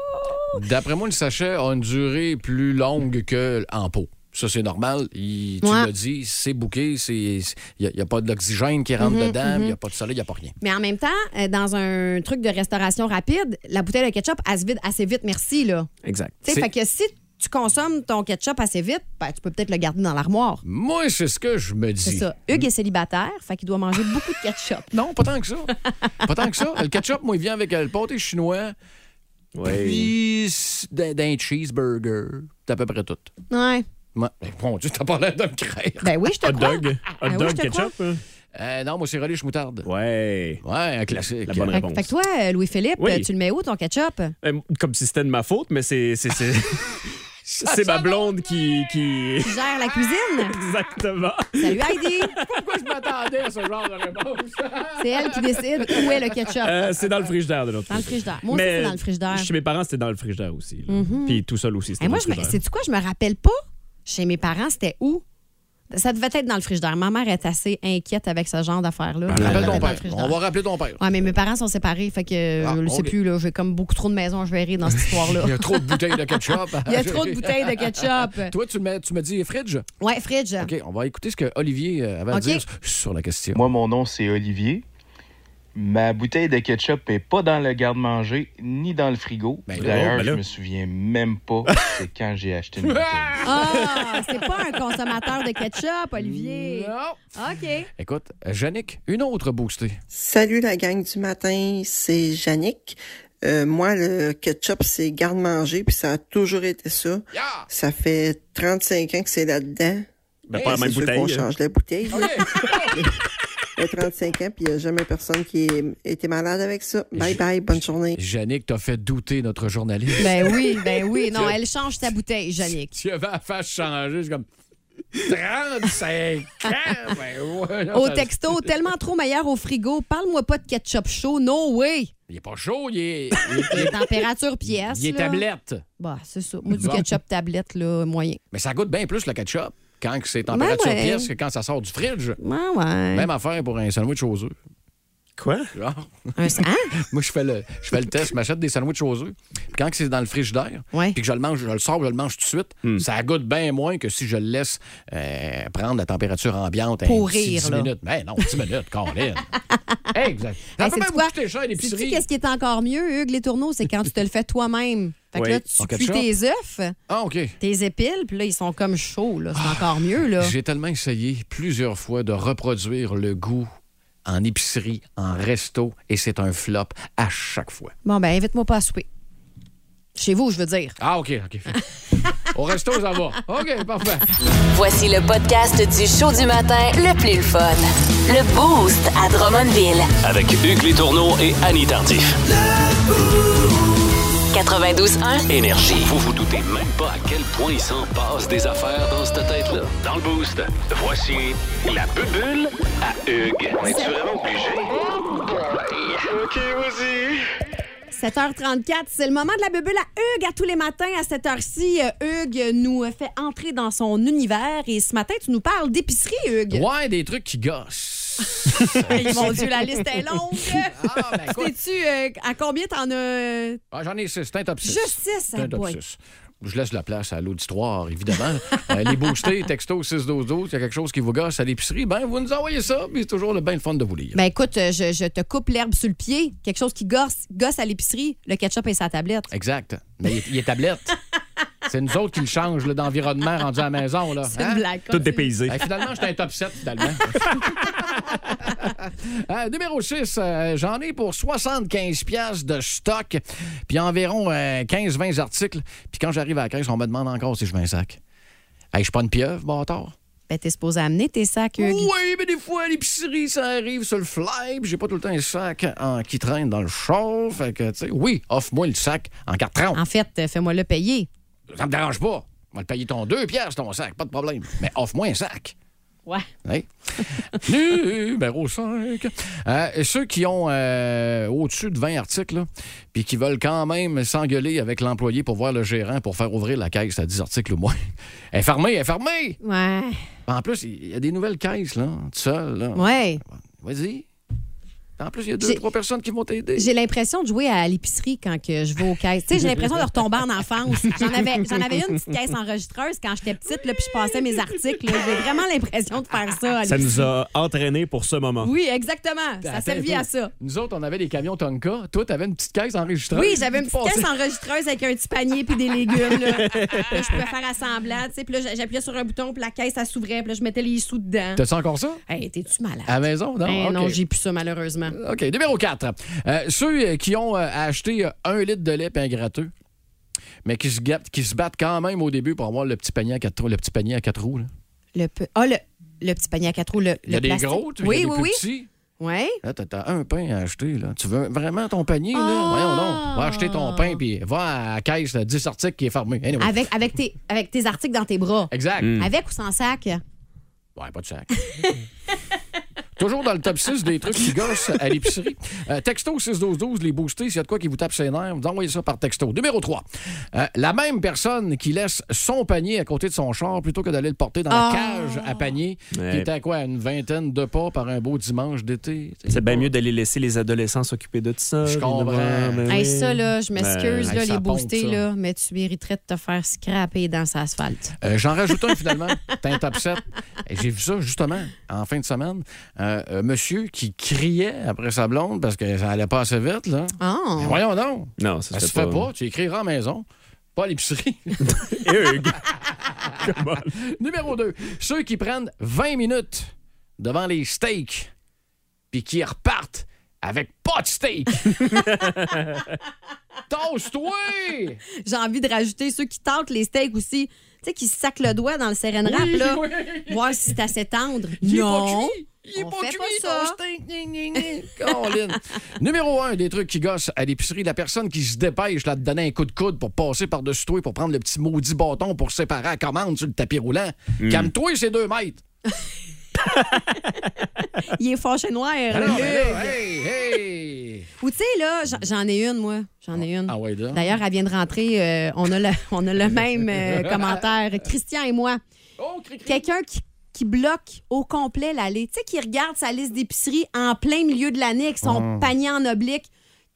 Speaker 1: D'après moi, le sachet a une durée plus longue que en pot. Ça, c'est normal. Il- tu
Speaker 2: Ouais.
Speaker 1: l'as dit, c'est bouqué, c'est- il n'y a, pas de l'oxygène qui rentre
Speaker 2: Mhm,
Speaker 1: dedans, il
Speaker 2: mhm.
Speaker 1: n'y a pas de soleil, il n'y a pas rien.
Speaker 2: Mais en même temps, euh, dans un truc de restauration rapide, la bouteille de ketchup, elle se vide assez vite, merci, là.
Speaker 12: Exact.
Speaker 2: Tu sais, fait que si tu consommes ton ketchup assez vite, ben, tu peux peut-être le garder dans l'armoire.
Speaker 1: Moi, c'est ce que je me dis.
Speaker 2: C'est ça. Hugues est célibataire, fait qu'il doit manger [laughs] beaucoup de ketchup.
Speaker 1: Non, pas tant que ça. Pas tant que ça. Le ketchup, moi, il vient avec euh, le pâté chinois. Puis s- d'un d'un cheeseburger. C'est à peu près tout.
Speaker 2: Ouais.
Speaker 1: Ouais. Mais Mon Dieu, t'as pas l'air de me craindre.
Speaker 2: [laughs] Ben oui, je te
Speaker 12: Hot crois. dog. Hot Ben oui, dog, je te ketchup,
Speaker 1: Euh, non, moi, c'est relish moutarde.
Speaker 12: Ouais.
Speaker 1: Ouais, un classique.
Speaker 12: La bonne
Speaker 2: Fait,
Speaker 12: réponse.
Speaker 2: fait que toi, euh, Louis-Philippe,
Speaker 12: Oui.
Speaker 2: euh, tu le mets où ton ketchup?
Speaker 12: Euh, Comme si c'était de ma faute, mais c'est. C'est c'est- c'est ma blonde qui. qui...
Speaker 2: Tu gères
Speaker 12: [laughs]
Speaker 2: la cuisine?
Speaker 12: Exactement.
Speaker 2: Salut Heidi!
Speaker 1: Pourquoi je m'attendais à ce genre de réponse?
Speaker 2: C'est elle qui décide où est le ketchup.
Speaker 12: Euh, c'est dans le frigidaire de notre
Speaker 2: Dans le
Speaker 12: côté.
Speaker 2: frigidaire. Moi aussi,
Speaker 12: Mais
Speaker 2: c'est dans le frigidaire.
Speaker 12: Chez mes parents, c'était dans le frigidaire aussi. là.
Speaker 2: Mhm.
Speaker 12: Puis tout seul aussi, c'était
Speaker 2: Hey,
Speaker 12: dans
Speaker 2: moi,
Speaker 12: le
Speaker 2: je me-
Speaker 12: frigidaire.
Speaker 2: sais-tu quoi? Je me rappelle pas. Chez mes parents, c'était où? Ça devait être dans le frigidaire. Ma mère est assez inquiète avec ce genre d'affaires-là. Ça devait
Speaker 1: Ben, Rappelle
Speaker 2: être
Speaker 1: ton
Speaker 2: dans le
Speaker 1: père.
Speaker 2: frigidaire.
Speaker 1: On va rappeler ton père.
Speaker 2: Ouais, mais mes parents sont séparés, fait que euh,
Speaker 1: Ah,
Speaker 2: je le sais
Speaker 1: ok.
Speaker 2: plus, là. J'ai comme beaucoup trop de maisons à gérer dans cette histoire-là.
Speaker 1: [laughs] Il y a trop de bouteilles de ketchup.
Speaker 2: [laughs] Il y a trop de bouteilles de
Speaker 1: [laughs]
Speaker 2: ketchup.
Speaker 1: Toi, tu me, tu me dis fridge.
Speaker 2: Ouais, fridge.
Speaker 1: OK, on va écouter ce que Olivier euh, avait
Speaker 2: OK.
Speaker 1: à dire sur la question.
Speaker 13: Moi, mon nom, c'est Olivier. Ma bouteille de ketchup est pas dans le garde-manger ni dans le frigo.
Speaker 1: Ben là,
Speaker 13: D'ailleurs,
Speaker 1: ben là.
Speaker 13: je me souviens même pas c'est quand j'ai acheté une bouteille.
Speaker 2: Ah, c'est pas un consommateur de ketchup, Olivier. Non. OK.
Speaker 1: Écoute, euh, Yannick, une autre boostée.
Speaker 14: Salut la gang du matin, c'est Yannick. Euh, moi, le ketchup, c'est garde-manger, puis ça a toujours été ça.
Speaker 1: [laughs]
Speaker 14: Ça fait 35 ans que c'est là-dedans.
Speaker 12: Ben, pas la
Speaker 14: C'est
Speaker 12: même
Speaker 14: sûr
Speaker 12: bouteille,
Speaker 14: qu'on
Speaker 12: hein.
Speaker 14: change la bouteille. là. Ça fait 35 ans, puis il n'y a jamais personne qui a été malade avec ça. Bye bye, bonne journée.
Speaker 1: Yannick, t'as fait douter notre journaliste.
Speaker 2: Ben oui, ben oui. Non, elle change sa bouteille,
Speaker 1: [laughs]
Speaker 2: Yannick.
Speaker 1: Tu avais la face changer, c'est comme 35 ans,
Speaker 2: [laughs]
Speaker 1: ben ouais, là,
Speaker 2: Au
Speaker 1: ça-
Speaker 2: texto, tellement trop meilleur au frigo. Parle-moi pas de ketchup chaud. No way.
Speaker 1: Il est pas chaud, il est. Il
Speaker 2: [laughs]
Speaker 1: est,
Speaker 2: Température pièce.
Speaker 1: il est
Speaker 2: là.
Speaker 1: tablette.
Speaker 2: Bah, c'est ça. Moi, du
Speaker 1: Bon.
Speaker 2: ketchup tablette, là, moyen.
Speaker 1: Mais ça goûte bien plus le ketchup quand que c'est température
Speaker 2: Ben Ouais, ouais.
Speaker 1: pièce que quand ça sort du fridge.
Speaker 2: Ouais, Ah, ouais.
Speaker 1: Même affaire pour un sandwich aux œufs.
Speaker 12: Quoi?
Speaker 1: [laughs]
Speaker 2: Ben,
Speaker 1: Moi, je fais le, je fais le test, je m'achète des sandwichs aux œufs. Puis quand que c'est dans le frigidaire, puis que je le mange, je le sors, je le mange tout de suite, ça goûte bien moins que si je le laisse euh, prendre la température ambiante à un
Speaker 2: Pourrir,
Speaker 1: petit 10
Speaker 2: là.
Speaker 1: minutes. Mais non, 10 minutes,
Speaker 2: [laughs]
Speaker 1: Colin. Exact. Ça
Speaker 2: Hey,
Speaker 1: peut
Speaker 2: sais-tu
Speaker 1: même vous
Speaker 2: quoi?
Speaker 1: coûter cher,
Speaker 2: Sais-tu
Speaker 1: l'épicerie.
Speaker 2: qu'est-ce qui est encore mieux, Hugues, les tourneaux? C'est quand tu te le fais toi-même. Fait Fait que
Speaker 1: Oui.
Speaker 2: là,
Speaker 1: En
Speaker 2: tu cuis
Speaker 1: ketchup?
Speaker 2: tes œufs,
Speaker 1: Ah, OK.
Speaker 2: tes épiles, puis là, ils sont comme chauds. là. C'est encore mieux. là.
Speaker 1: Ah, J'ai tellement essayé plusieurs fois de reproduire le goût en épicerie, en resto, et c'est un flop à chaque fois.
Speaker 2: Bon, ben, invite-moi pas à souper. Chez vous, je veux dire.
Speaker 1: Ah, OK, OK. [laughs] Au resto, ça va. OK, [laughs] parfait.
Speaker 3: Voici le podcast du show du matin le plus le fun. Le Boost à Drummondville.
Speaker 4: Avec Hugues Létourneau et Annie Tardif.
Speaker 3: 92.1.
Speaker 4: Énergie. Vous vous doutez même pas à quel point il s'en passe des affaires dans cette tête-là. Dans le boost, voici la bubule à Hugues. On est-tu vraiment obligé? Oh OK, vas-y.
Speaker 2: 7h34, c'est le moment de la bubule à Hugues. À tous les matins, à cette heure-ci, euh, Hugues nous euh, fait entrer dans son univers. Et ce matin, tu nous parles d'épicerie, Hugues.
Speaker 1: Ouais, des trucs qui gossent.
Speaker 2: Hey, mon Dieu, la liste est longue.
Speaker 12: Ah, ben,
Speaker 2: Sais-tu euh, à combien t'en as...
Speaker 1: Ah, J'en ai six. C'est un top six.
Speaker 2: Juste six,
Speaker 1: C'est
Speaker 2: ah,
Speaker 1: un top
Speaker 2: boy.
Speaker 1: six. Je laisse la place à l'auditoire, évidemment.
Speaker 2: [laughs]
Speaker 1: Euh, les boostés, texto 61212, il y a quelque chose qui vous gosse à l'épicerie, ben vous nous envoyez ça, puis c'est toujours le bien le fun de vous lire.
Speaker 2: Ben écoute, euh, je, je te coupe l'herbe sur le pied. Quelque chose qui gosse, gosse à l'épicerie, le ketchup et sa tablette.
Speaker 1: Exact. Mais il est- il est tablette. C'est nous autres qui le changent là, d'environnement rendu à la maison. là. Hein?
Speaker 12: Hein?
Speaker 2: C'est une blague, Tout
Speaker 1: Tout
Speaker 2: continue. dépaysé.
Speaker 1: finalement, j'étais un top 7, finalement. [laughs] Euh, numéro 6, j'en ai pour 75 pièces de stock, puis environ 15-20 articles. Puis quand j'arrive à la caisse, on me demande encore si je veux un sac. Hey, je suis pas une pieuvre, bâtard.
Speaker 2: Ben t'es supposé amener tes sacs, Hugues.
Speaker 1: Oui, mais des fois, à l'épicerie, ça arrive sur le fly, puis j'ai pas tout le temps un sac en- qui traîne dans le char. Fait que, tu sais, oui, offre-moi le sac en 4,30.
Speaker 2: En fait, euh, fais-moi le payer.
Speaker 1: Ça me dérange pas. On va le payer ton deux pièces, ton sac, pas de problème. Mais offre-moi un sac.
Speaker 2: Ouais.
Speaker 1: Hein?
Speaker 2: [laughs]
Speaker 1: Numéro 5. ceux qui ont euh, au-dessus de 20 articles, là, puis qui veulent quand même s'engueuler avec l'employé pour voir le gérant pour faire ouvrir la caisse à 10 articles ou moins. Elle est fermée, elle est fermée!
Speaker 2: Ouais.
Speaker 1: En plus, il y a des nouvelles caisses, là, tout seul. Là.
Speaker 2: Ouais.
Speaker 1: Vas-y. En plus, il y a deux,
Speaker 2: J'ai-
Speaker 1: trois personnes qui vont t'aider.
Speaker 2: J'ai l'impression de jouer à l'épicerie quand que je vais aux caisses. Tu sais, j'ai l'impression de retomber en enfance. J'en avais, j'en avais une petite caisse enregistreuse quand j'étais petite, là, puis je passais mes articles. là. J'ai vraiment l'impression de faire ça. à
Speaker 12: Ça nous
Speaker 2: l'épicerie.
Speaker 12: a entraînés pour ce moment.
Speaker 2: Oui, exactement. Ça
Speaker 1: Attends
Speaker 2: servit
Speaker 1: un peu.
Speaker 2: à ça.
Speaker 1: Nous autres, on avait des camions Tonka. Toi, t'avais une petite caisse enregistreuse.
Speaker 2: Oui, j'avais une petite
Speaker 1: Passais-
Speaker 2: caisse enregistreuse avec un petit panier puis des légumes.
Speaker 1: [laughs]
Speaker 2: Là. Là, je pouvais faire assemblage. tu sais, Puis là, j'appuyais sur un bouton, puis la caisse, ça s'ouvrait, puis là, je mettais les sous dedans.
Speaker 1: T'as-tu encore ça?
Speaker 2: Hey, t'es-tu malade?
Speaker 1: À la maison, non?
Speaker 2: Eh
Speaker 1: Ah, OK.
Speaker 2: Non, j'ai plus ça, malheureusement.
Speaker 1: OK, numéro 4. ceux euh, qui ont euh, acheté euh, un litre de lait et un gratteux, mais qui se, gâtent- qui se battent quand même au début pour avoir le petit panier à quatre, trous- le petit panier à quatre roues. là.
Speaker 2: Le, pe- ah, le, le petit panier à quatre roues, le,
Speaker 1: Il y a
Speaker 2: le
Speaker 1: des
Speaker 2: plastique.
Speaker 1: gros, tu- il y a
Speaker 2: oui,
Speaker 1: des
Speaker 2: oui,
Speaker 1: plus
Speaker 2: oui.
Speaker 1: petits.
Speaker 2: Ouais.
Speaker 1: Là, t'as- t'as un pain à acheter. Là. Tu veux vraiment ton panier?
Speaker 2: Ah!
Speaker 1: Là? Voyons donc. Va acheter ton pain puis va à la caisse de 10 articles qui est fermée. Anyway.
Speaker 2: Avec, avec, tes, avec tes articles dans tes bras.
Speaker 1: Exact. Mm.
Speaker 2: Avec ou sans sac?
Speaker 1: Ouais, pas de sac. [laughs] Toujours dans le top 6 des trucs qui gossent à l'épicerie. Euh, texto 61212, les boostés, s'il y a de quoi qui vous tape ses nerfs, vous envoyez ça par texto. Numéro 3. la même personne qui laisse son panier à côté de son char plutôt que d'aller le porter dans la
Speaker 12: Ah.
Speaker 1: cage à panier,
Speaker 12: Ouais.
Speaker 1: qui était à quoi? à Une vingtaine de pas par un beau dimanche d'été.
Speaker 12: C'est bien mieux d'aller laisser les adolescents s'occuper de ben tout ça.
Speaker 1: Je comprends.
Speaker 2: Hey, ça, là, je m'excuse,
Speaker 1: Ben,
Speaker 2: là,
Speaker 1: hey, ça
Speaker 2: les
Speaker 1: pompe,
Speaker 2: boostés,
Speaker 1: ça.
Speaker 2: là, mais tu mériterais de te faire scraper dans sa asphalte.
Speaker 1: Euh, J'en rajoute un finalement. T'as un top 7. Et J'ai vu ça justement en fin de semaine. Euh, euh, monsieur qui criait après sa blonde parce que ça allait pas assez vite. Là.
Speaker 2: Ah.
Speaker 1: Mais voyons donc. Ben,
Speaker 12: Non, ça
Speaker 1: Ça
Speaker 12: se
Speaker 1: se fait pas. Tu écriras à la maison, pas à
Speaker 12: [laughs]
Speaker 1: l'épicerie. [laughs] Numéro 2. Ceux qui prennent 20 minutes devant les steaks puis qui repartent avec pas
Speaker 12: [laughs]
Speaker 1: de steak. Tasse-toi!
Speaker 2: J'ai envie de rajouter ceux qui tentent les steaks aussi. Tu sais, qui se sacent le doigt dans le seren wrap,
Speaker 1: Oui,
Speaker 2: là.
Speaker 1: oui.
Speaker 2: Voir si c'est assez tendre.
Speaker 1: Il est pas
Speaker 2: non.
Speaker 1: cuit. Il est
Speaker 2: On
Speaker 1: pas
Speaker 2: fait
Speaker 1: cuit,
Speaker 2: pas ça.
Speaker 1: ton steak. Ning, ning, ning. Colin. [laughs] Numéro un des trucs qui gossent à l'épicerie, la personne qui se dépêche là, de donner un coup de coude pour passer par-dessus toi et pour prendre le petit maudit bâton pour séparer la commande sur le tapis roulant. Calme-toi, c'est deux mètres.
Speaker 2: Il est fâché noir.
Speaker 1: Alors, Ah
Speaker 2: Hugues.
Speaker 1: mais là, hey, hey.
Speaker 2: Ou tu sais, là, j'en- j'en ai une, moi. J'en ai une.
Speaker 1: Ah ouais, là.
Speaker 2: D'ailleurs, elle vient de rentrer. euh, on, a le, [laughs] on a le même euh, commentaire. Christian et moi.
Speaker 1: Oh,
Speaker 2: Quelqu'un qui, qui bloque au complet l'allée. Tu sais, qui regarde sa liste d'épicerie en plein milieu de l'année avec son
Speaker 1: Mm.
Speaker 2: panier en oblique.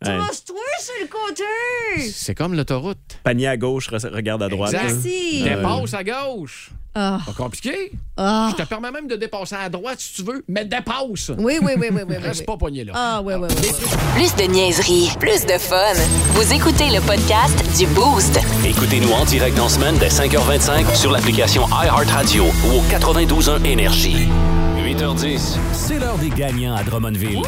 Speaker 12: Ouais.
Speaker 2: Tasse-toi sur le côté!
Speaker 1: C'est comme l'autoroute.
Speaker 12: Panier à gauche, re- regarde à droite.
Speaker 1: Exact.
Speaker 12: hein.
Speaker 2: Merci.
Speaker 12: Ouais.
Speaker 1: Dépasse à gauche.
Speaker 2: Ah.
Speaker 1: Pas compliqué.
Speaker 2: Ah.
Speaker 1: Je te permets même de dépasser à droite si tu veux, mais dépasse.
Speaker 2: Oui, oui, oui, oui, oui, oui.
Speaker 1: Reste
Speaker 2: oui.
Speaker 1: pas pogné là.
Speaker 2: Ah, ouais, ouais, ouais. ouais.
Speaker 3: Plus de niaiserie, plus de fun. Vous écoutez le podcast du Boost.
Speaker 4: Écoutez-nous en direct dans la semaine dès 5h25 sur l'application iHeartRadio ou au 92.1 Énergie. 8h10, c'est l'heure des gagnants à Drummondville.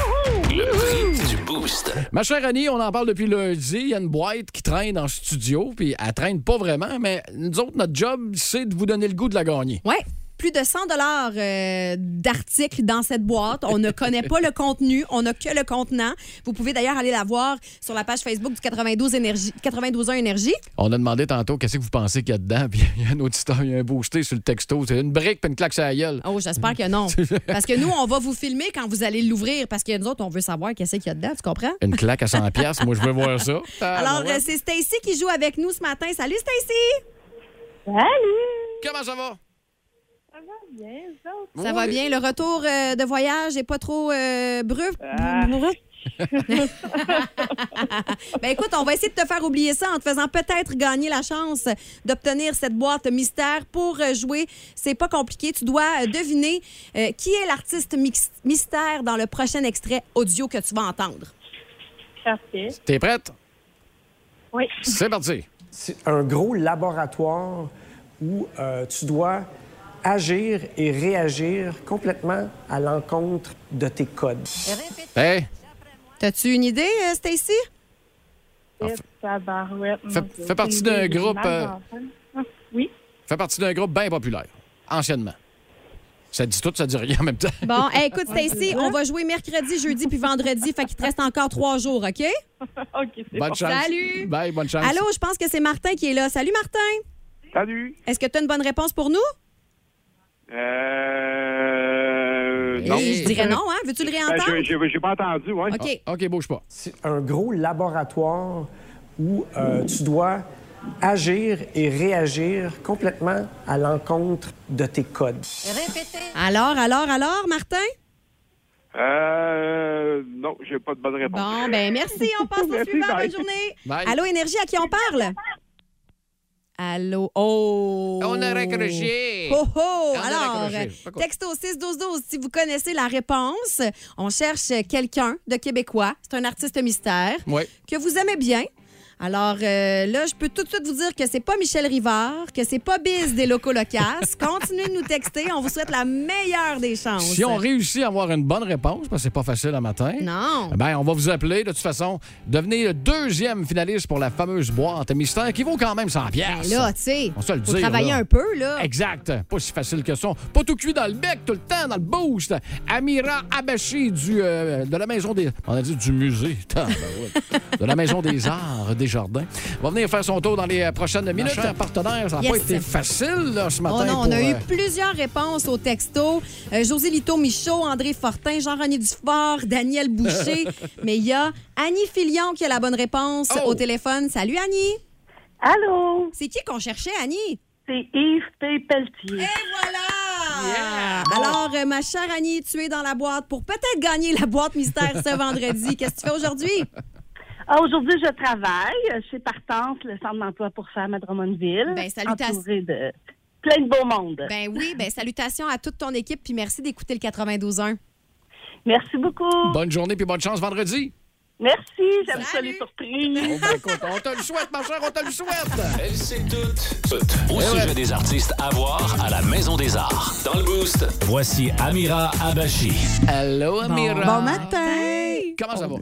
Speaker 4: Le prix du Boost.
Speaker 1: Ma chère Annie, on en parle depuis lundi. Il y a une boîte qui traîne en studio, puis elle traîne pas vraiment, mais nous autres, notre job, c'est de vous donner le goût de la gagner.
Speaker 2: Oui. Plus de 100 dollars euh, d'articles dans cette boîte. On ne connaît pas le contenu, on n'a que le contenant. Vous pouvez d'ailleurs aller la voir sur la page Facebook du 92 Énergie, 92 Énergie.
Speaker 1: On a demandé tantôt qu'est-ce que vous pensez qu'il y a dedans, [laughs] puis il y a un auditeur, il y a un boosté sur le texto. C'est une brique puis une claque sur la gueule.
Speaker 2: Oh, j'espère que non. Parce que nous, on va vous filmer quand vous allez l'ouvrir, parce que nous autres, on veut savoir qu'est-ce qu'il y a dedans, tu comprends?
Speaker 1: Une claque à 100 pièces, moi je veux voir ça.
Speaker 2: Alors,
Speaker 1: Ah, ben ouais.
Speaker 2: euh, c'est Stacy qui joue avec nous ce matin. Salut, Stacy! Salut!
Speaker 1: Comment ça va?
Speaker 2: Ça va
Speaker 1: Oui.
Speaker 2: bien. Le retour euh, de voyage est pas trop euh, breu. breu- [laughs] ben écoute, on va essayer de te faire oublier ça en te faisant peut-être gagner la chance d'obtenir cette boîte mystère pour euh, jouer. C'est pas compliqué. Tu dois euh, deviner euh, qui est l'artiste mix- mystère dans le prochain extrait audio que tu vas entendre.
Speaker 15: Parfait.
Speaker 1: T'es prête?
Speaker 15: Oui.
Speaker 1: C'est parti.
Speaker 16: C'est un gros laboratoire où euh, tu dois agir et réagir complètement à l'encontre de tes codes.
Speaker 1: Hey,
Speaker 2: T'as-tu une idée, euh, Stacy?
Speaker 1: Fait- fait partie d'un groupe, euh,
Speaker 2: Ah,
Speaker 15: Oui.
Speaker 1: fais partie d'un groupe bien populaire, anciennement. Ça dit tout, ça dit rien en
Speaker 2: [laughs]
Speaker 1: même temps.
Speaker 2: Bon, hey, écoute, Stacy, on va jouer mercredi, jeudi puis vendredi. Fait qu'il te reste encore trois jours, OK? OK,
Speaker 1: Bonne chance.
Speaker 2: Salut!
Speaker 1: Bye, bonne chance.
Speaker 2: Allô, je pense que c'est Martin qui est là. Salut, Martin!
Speaker 17: Salut!
Speaker 2: Est-ce que tu as une bonne réponse pour nous?
Speaker 17: Euh. Non.
Speaker 2: Et je dirais non, hein? Veux-tu le réentendre?
Speaker 17: Ben, j'ai- j'ai- j'ai pas entendu, ouais.
Speaker 2: OK.
Speaker 1: OK, bouge pas.
Speaker 16: C'est un gros laboratoire où euh, tu dois agir et réagir complètement à l'encontre de tes codes.
Speaker 2: Alors, alors, alors, Martin?
Speaker 17: Euh. Non, j'ai pas de bonne réponse.
Speaker 2: Bon, ben merci, on passe au
Speaker 17: [laughs] Merci,
Speaker 2: suivant.
Speaker 17: bye.
Speaker 2: Bonne journée.
Speaker 17: Bye.
Speaker 2: Allô, Énergie, à qui on parle? Allô? Oh!
Speaker 1: On a raccroché.
Speaker 2: Oh, oh!
Speaker 1: On a
Speaker 2: Alors,
Speaker 1: raccroché. Pas cool.
Speaker 2: texto 6-12-12, si vous connaissez la réponse, on cherche quelqu'un de Québécois. C'est un artiste mystère
Speaker 1: Ouais.
Speaker 2: que vous aimez bien. Alors euh, là, je peux tout de suite vous dire que c'est pas Michel Rivard, que c'est pas Biz des locaux
Speaker 1: [laughs]
Speaker 2: locasses. Continuez de nous texter, on vous souhaite la meilleure des chances.
Speaker 1: Si on réussit à avoir une bonne réponse, parce que c'est pas facile à matin,
Speaker 2: Oh, Non.
Speaker 1: ben on va vous appeler. De toute façon, devenez le deuxième finaliste pour la fameuse boîte mystère qui vaut quand même 100
Speaker 2: Ben
Speaker 1: pièces.
Speaker 2: là, tu sais,
Speaker 1: On se le
Speaker 2: faut
Speaker 1: dire,
Speaker 2: travailler
Speaker 1: là.
Speaker 2: un peu, là.
Speaker 1: Exact. Pas si facile que ça. Pas tout cuit dans le bec tout le temps, dans le boost. Amira Abachi du, euh, de la Maison des... On a dit du musée. [laughs] Tabarouette. de la Maison des Arts des Jardins. Va venir faire son tour dans les euh, prochaines minutes.
Speaker 2: chère
Speaker 1: partenaire, ça n'a
Speaker 2: Yes.
Speaker 1: pas été facile là, ce matin.
Speaker 2: Oh non, on
Speaker 1: pour,
Speaker 2: a eu
Speaker 1: euh,
Speaker 2: plusieurs réponses au texto. Euh, José Lito Michaud, André Fortin, Jean-René Dufort,
Speaker 1: [laughs]
Speaker 2: Daniel Boucher. Mais il y a Annie Filion qui a la bonne réponse
Speaker 1: Oh!
Speaker 2: au téléphone. Salut Annie. Allô. C'est qui qu'on cherchait, Annie? C'est Yves Pelletier. Et voilà! Alors, euh, ma chère Annie, tu es dans la boîte pour peut-être gagner la boîte mystère
Speaker 1: [laughs]
Speaker 2: ce vendredi. Qu'est-ce que tu fais aujourd'hui?
Speaker 15: Ah, Aujourd'hui, je travaille. Je suis partante, le centre d'emploi pour femmes à Drummondville.
Speaker 2: Ben, salutations.
Speaker 15: Entourée de plein de beau monde.
Speaker 2: Ben oui, ben salutations à toute ton équipe, puis merci d'écouter le 92.1.
Speaker 15: Merci beaucoup.
Speaker 1: Bonne journée puis bonne chance [laughs] vendredi.
Speaker 15: Merci, j'aime ça les surprises.
Speaker 1: Ben, on te le souhaite, ma chère, on te le souhaite.
Speaker 4: Elle sait tout. Au sujet des artistes à voir à la Maison des Arts. Dans le Boost, voici Amira Abachi.
Speaker 1: Allô,
Speaker 4: Amira.
Speaker 18: Bon matin!
Speaker 1: Comment ça va?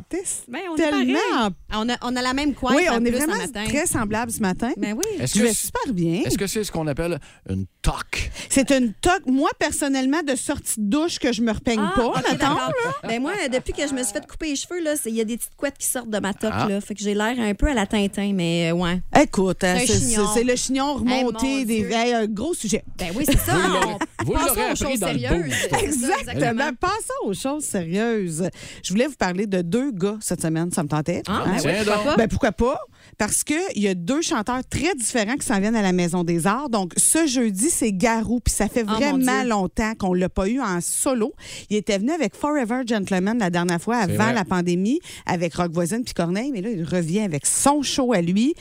Speaker 2: Ben, on, est
Speaker 18: tellement-
Speaker 2: pareil. Ah, on, a, on a la même coiffe
Speaker 18: oui,
Speaker 2: en
Speaker 18: on est
Speaker 2: plus ce
Speaker 18: vraiment
Speaker 2: matin.
Speaker 18: très semblables ce matin.
Speaker 2: Mais Ben, oui.
Speaker 18: Je vais super bien.
Speaker 1: Est-ce que c'est ce qu'on appelle une toque?
Speaker 18: C'est une toque, moi, personnellement, de sortie de douche que je me repeigne
Speaker 2: Ah,
Speaker 18: pas,
Speaker 2: ok,
Speaker 18: mettons.
Speaker 2: d'accord. [laughs]
Speaker 18: là.
Speaker 2: Ben moi, depuis que je me suis fait couper les cheveux, là, c'est- il y a des petites couettes qui sortent de ma toque.
Speaker 18: Ah.
Speaker 2: Là, fait que j'ai l'air un peu à la Tintin, mais euh, ouais.
Speaker 18: Écoute, hein,
Speaker 2: C'est un
Speaker 18: c'est
Speaker 2: chignon.
Speaker 18: c'est- c'est le chignon
Speaker 2: Hey,
Speaker 18: remonté
Speaker 2: mon
Speaker 18: des hey, un gros sujet.
Speaker 2: Ben oui, c'est ça. Vous l'aurez- On-
Speaker 18: Vous
Speaker 2: vous passons l'aurez aux appris choses dans le sérieuses. boost. C'est ça,
Speaker 18: Exactement.
Speaker 2: exactement.
Speaker 18: Ben, Passons aux choses sérieuses. Je voulais vous parler de deux gars cette semaine, ça me tentait.
Speaker 1: Ah, ben tiens
Speaker 18: pourquoi
Speaker 1: donc.
Speaker 18: pas? Ben, pourquoi pas? Parce qu'il y a deux chanteurs très différents qui s'en viennent à la Maison des Arts. Donc, ce jeudi, c'est Garou. Puis ça fait
Speaker 2: Oh, mon
Speaker 18: vraiment
Speaker 2: Dieu.
Speaker 18: longtemps qu'on ne l'a pas eu en solo. Il était venu avec Forever Gentleman la dernière fois
Speaker 2: C'est
Speaker 18: avant
Speaker 2: vrai.
Speaker 18: la pandémie, avec Rock Voisine puis Corneille. Mais là, il revient avec son show à lui.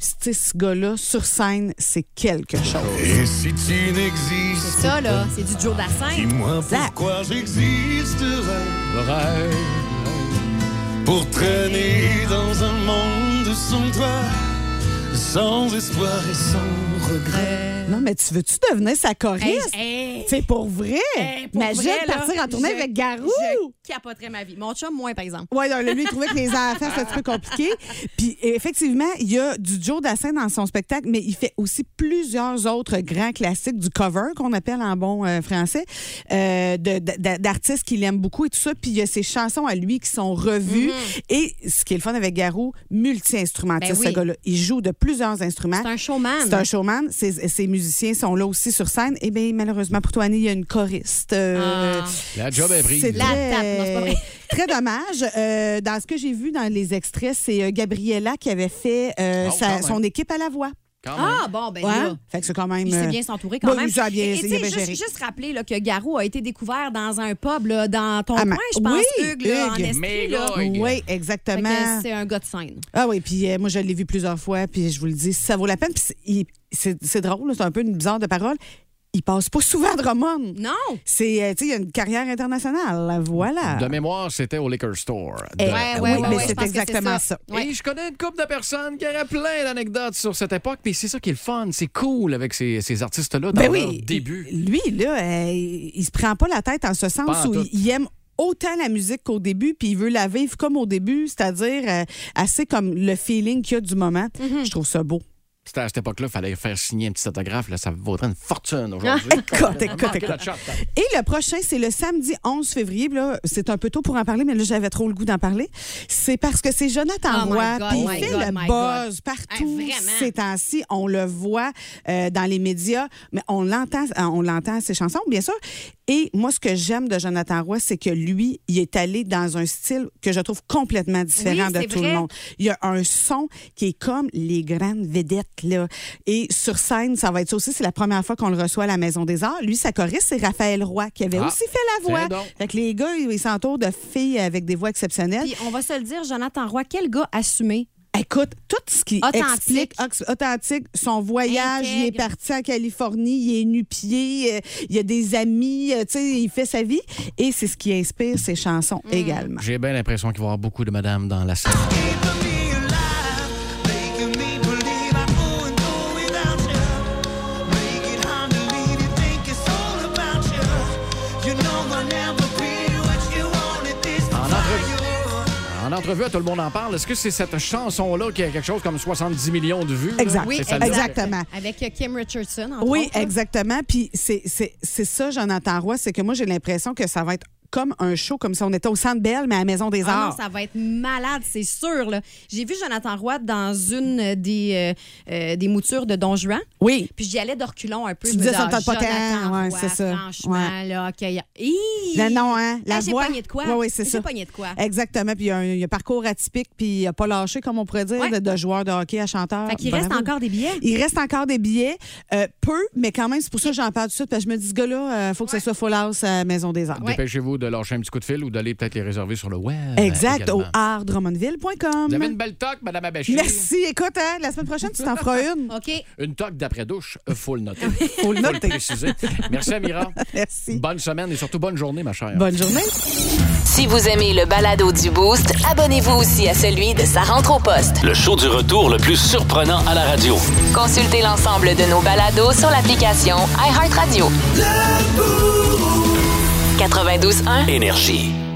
Speaker 18: c'est- ce gars-là sur scène, c'est quelque chose.
Speaker 19: Et si tu n'existes
Speaker 2: C'est ça, là. C'est du Joe Dassin.
Speaker 19: Dis-moi
Speaker 2: Zach.
Speaker 19: pourquoi j'existerais Pour traîner dans un monde sans toi Sans espoir et sans regret
Speaker 18: Non, mais tu veux-tu devenir sa choriste?
Speaker 2: Hey, hey.
Speaker 18: C'est pour vrai.
Speaker 2: Pour
Speaker 18: Imagine
Speaker 2: vrai, là,
Speaker 18: partir en tournée
Speaker 2: je-
Speaker 18: avec Garou.
Speaker 2: Je capoterais ma vie. Mon chum, moins, par exemple.
Speaker 18: Oui, lui, il trouvait que les affaires, c'est un petit peu compliqué. Puis, effectivement, il y a du Joe Dassin dans son spectacle, mais il fait aussi plusieurs autres grands classiques du cover, qu'on appelle en bon euh, français, euh, de- de- d'artistes qu'il aime beaucoup et tout ça. Puis, il y a ses chansons à lui qui sont revues. Et ce qui est le fun avec Garou, multi-instrumentiste,
Speaker 2: Mm-hmm. Ben oui.
Speaker 18: ce gars-là. Il joue de plusieurs instruments.
Speaker 2: C'est un showman.
Speaker 18: C'est un showman. Ses, ses musiciens sont là aussi sur scène. Et bien, malheureusement pour toi, Annie, il y a une choriste. euh,
Speaker 2: Ah.
Speaker 1: La job est prise.
Speaker 18: c'est
Speaker 1: La
Speaker 18: très-
Speaker 1: tape, non, c'est pas vrai.
Speaker 18: Très dommage. Euh, dans ce que j'ai vu dans les extraits, c'est euh, Gabriella qui avait fait euh,
Speaker 2: Oh,
Speaker 18: sa-
Speaker 2: quand même.
Speaker 18: son équipe à la voix.
Speaker 1: Quand
Speaker 2: Ah, même. bon, ben
Speaker 18: Ouais.
Speaker 2: là.
Speaker 18: Fait que c'est quand même.
Speaker 2: Il s'est
Speaker 18: euh,
Speaker 2: bien s'entourer quand
Speaker 18: bon,
Speaker 2: même.
Speaker 18: Il s'est bien,
Speaker 2: Et, et
Speaker 18: il s'est
Speaker 2: tu sais,
Speaker 18: bien
Speaker 2: juste,
Speaker 18: géré.
Speaker 2: juste rappeler là, que Garou a été découvert dans un pub là, dans ton
Speaker 18: Ah,
Speaker 2: coin,
Speaker 18: ma-
Speaker 2: je pense,
Speaker 18: oui,
Speaker 2: Hugues, là, en
Speaker 18: Hugues.
Speaker 2: esprit. Là.
Speaker 18: Oui,
Speaker 2: Fait que
Speaker 18: exactement.
Speaker 2: C'est un gars de scène.
Speaker 18: Ah oui, puis euh, moi, je l'ai vu plusieurs fois, puis je vous le dis, ça vaut la peine. Puis c'est- il- c'est c'est drôle, là, c'est un peu une bizarre de parole. Il passe pas souvent à Drummond.
Speaker 2: Non.
Speaker 18: C'est, euh, tu sais, il y a une carrière internationale. Voilà.
Speaker 1: De mémoire, c'était au liquor store.
Speaker 18: Eh,
Speaker 1: De-
Speaker 18: ouais, ouais, ouais, mais c'est
Speaker 1: je pense que
Speaker 18: exactement ça.
Speaker 1: Et je connais une couple de personnes qui auraient plein d'anecdotes sur cette époque, puis c'est ça qui est le fun, c'est cool avec ces, ces artistes-là dans
Speaker 18: Ben
Speaker 1: leur
Speaker 18: oui.
Speaker 1: début.
Speaker 18: Lui, là, euh, il se prend pas la tête en ce sens
Speaker 1: Pas en
Speaker 18: où
Speaker 1: tout.
Speaker 18: il, il aime autant la musique qu'au début, puis il veut la vivre comme au début, c'est-à-dire euh, assez comme le feeling qu'il y a du moment. Je trouve ça beau.
Speaker 1: C'était à cette époque-là, il fallait faire signer un petit autographe, là, ça vaudrait une fortune aujourd'hui.
Speaker 18: [laughs] Écoute, écoute,
Speaker 1: Marque la
Speaker 18: écoute.
Speaker 1: chatte.
Speaker 18: Et le prochain, c'est le samedi 11 février. Puis Là, c'est un peu tôt pour en parler, mais là, j'avais trop le goût d'en parler. C'est parce que c'est Jonathan
Speaker 2: Oh my
Speaker 18: Roy,
Speaker 2: God,
Speaker 18: puis il
Speaker 2: my
Speaker 18: fait
Speaker 2: God,
Speaker 18: le
Speaker 2: my
Speaker 18: buzz
Speaker 2: God.
Speaker 18: partout
Speaker 2: Hey, vraiment.
Speaker 18: ces temps-ci. On le voit euh, dans les médias, mais on l'entend, euh, on l'entend ses chansons, bien sûr. Et moi, ce que j'aime de Jonathan Roy, c'est que lui, il est allé dans un style que je trouve complètement différent
Speaker 2: Oui,
Speaker 18: de
Speaker 2: c'est
Speaker 18: tout
Speaker 2: vrai.
Speaker 18: le monde. Il y a un son qui est comme les grandes vedettes. Là. Et sur scène, ça va être ça aussi. C'est la première fois qu'on le reçoit à la Maison des Arts. Lui, sa choriste, c'est Raphaël Roy, qui avait
Speaker 2: Ah,
Speaker 18: aussi fait la
Speaker 2: tiens
Speaker 18: voix.
Speaker 2: donc.
Speaker 18: Fait que les gars, ils ils s'entourent de filles avec des voix exceptionnelles.
Speaker 2: Puis on va se le dire, Jonathan Roy, quel gars assumé?
Speaker 18: Hein? Écoute, tout ce qui
Speaker 2: Authentique.
Speaker 18: explique ox- authentique, son voyage, il est parti en Californie, il est nu-pied, euh, il a des amis, euh, tu sais, il fait sa vie. Et c'est ce qui inspire ses chansons également.
Speaker 1: J'ai bien l'impression qu'il va y avoir beaucoup de madame dans la salle. En entrevue, en entrevue, à tout le monde en parle. Est-ce que c'est cette chanson-là qui a quelque chose comme 70 millions de vues? là?
Speaker 18: Exact.
Speaker 1: C'est
Speaker 18: Oui,
Speaker 1: celle-là.
Speaker 18: exactement.
Speaker 2: Avec euh, Kim Richardson, entre
Speaker 18: Oui,
Speaker 2: autres, là.
Speaker 18: exactement. Puis c'est- c'est c'est ça, Jonathan Roy, c'est que moi, j'ai l'impression que ça va être comme un show, comme si on était au Centre Belle, mais à la Maison des
Speaker 2: Ah
Speaker 18: Arts.
Speaker 2: non, ça va être malade, c'est sûr. là. J'ai vu Jonathan Roy dans une des, euh, euh, des moutures de Don Juan.
Speaker 18: Oui.
Speaker 2: Puis j'y allais de reculons un peu.
Speaker 18: Tu
Speaker 2: Je me
Speaker 18: disais, ça
Speaker 2: ah,
Speaker 18: me tente pas tant.
Speaker 2: Jonathan
Speaker 18: hein? Ouais,
Speaker 2: Roy,
Speaker 18: c'est ça.
Speaker 2: Franchement,
Speaker 18: Ouais.
Speaker 2: là, OK.
Speaker 18: Non, non, hein? La
Speaker 2: j'ai
Speaker 18: voix.
Speaker 2: pogné de quoi?
Speaker 18: Oui, oui, c'est
Speaker 2: J'ai
Speaker 18: ça.
Speaker 2: pogné de quoi?
Speaker 18: Exactement. Puis il y a un, il y a un parcours atypique, puis il a pas lâché, comme on pourrait dire, de, de joueur de hockey à chanteur.
Speaker 2: Fait qu'il reste
Speaker 18: Bravo.
Speaker 2: encore des billets.
Speaker 18: Eh, Il reste encore des billets. Euh, peu, mais quand même, c'est pour ça que j'en parle tout de suite, parce que je me dis, ce gars-là, il faut que ce soit full house à la Maison des Arts.
Speaker 1: Dépêchez-vous de lâcher un petit coup de fil ou d'aller peut-être les réserver sur le web.
Speaker 18: Exact,
Speaker 1: également.
Speaker 18: au artdrummondville.com.
Speaker 1: Vous avez une belle toque, Madame Abachi.
Speaker 18: Merci. Écoute, hein, la semaine prochaine, tu t'en feras une.
Speaker 2: OK.
Speaker 1: Une toque d'après-douche, euh, faut le noter.
Speaker 18: Faut le noter.
Speaker 1: préciser. Merci, Amira.
Speaker 18: [laughs] Merci.
Speaker 1: Bonne semaine et surtout bonne journée, ma chère.
Speaker 18: Bonne journée.
Speaker 3: Si vous aimez le balado du Boost, abonnez-vous aussi à celui de sa rentre au poste.
Speaker 4: Le show du retour le plus surprenant à la radio.
Speaker 3: Consultez l'ensemble de nos balados sur l'application iHeartRadio. 92.1
Speaker 4: Énergie.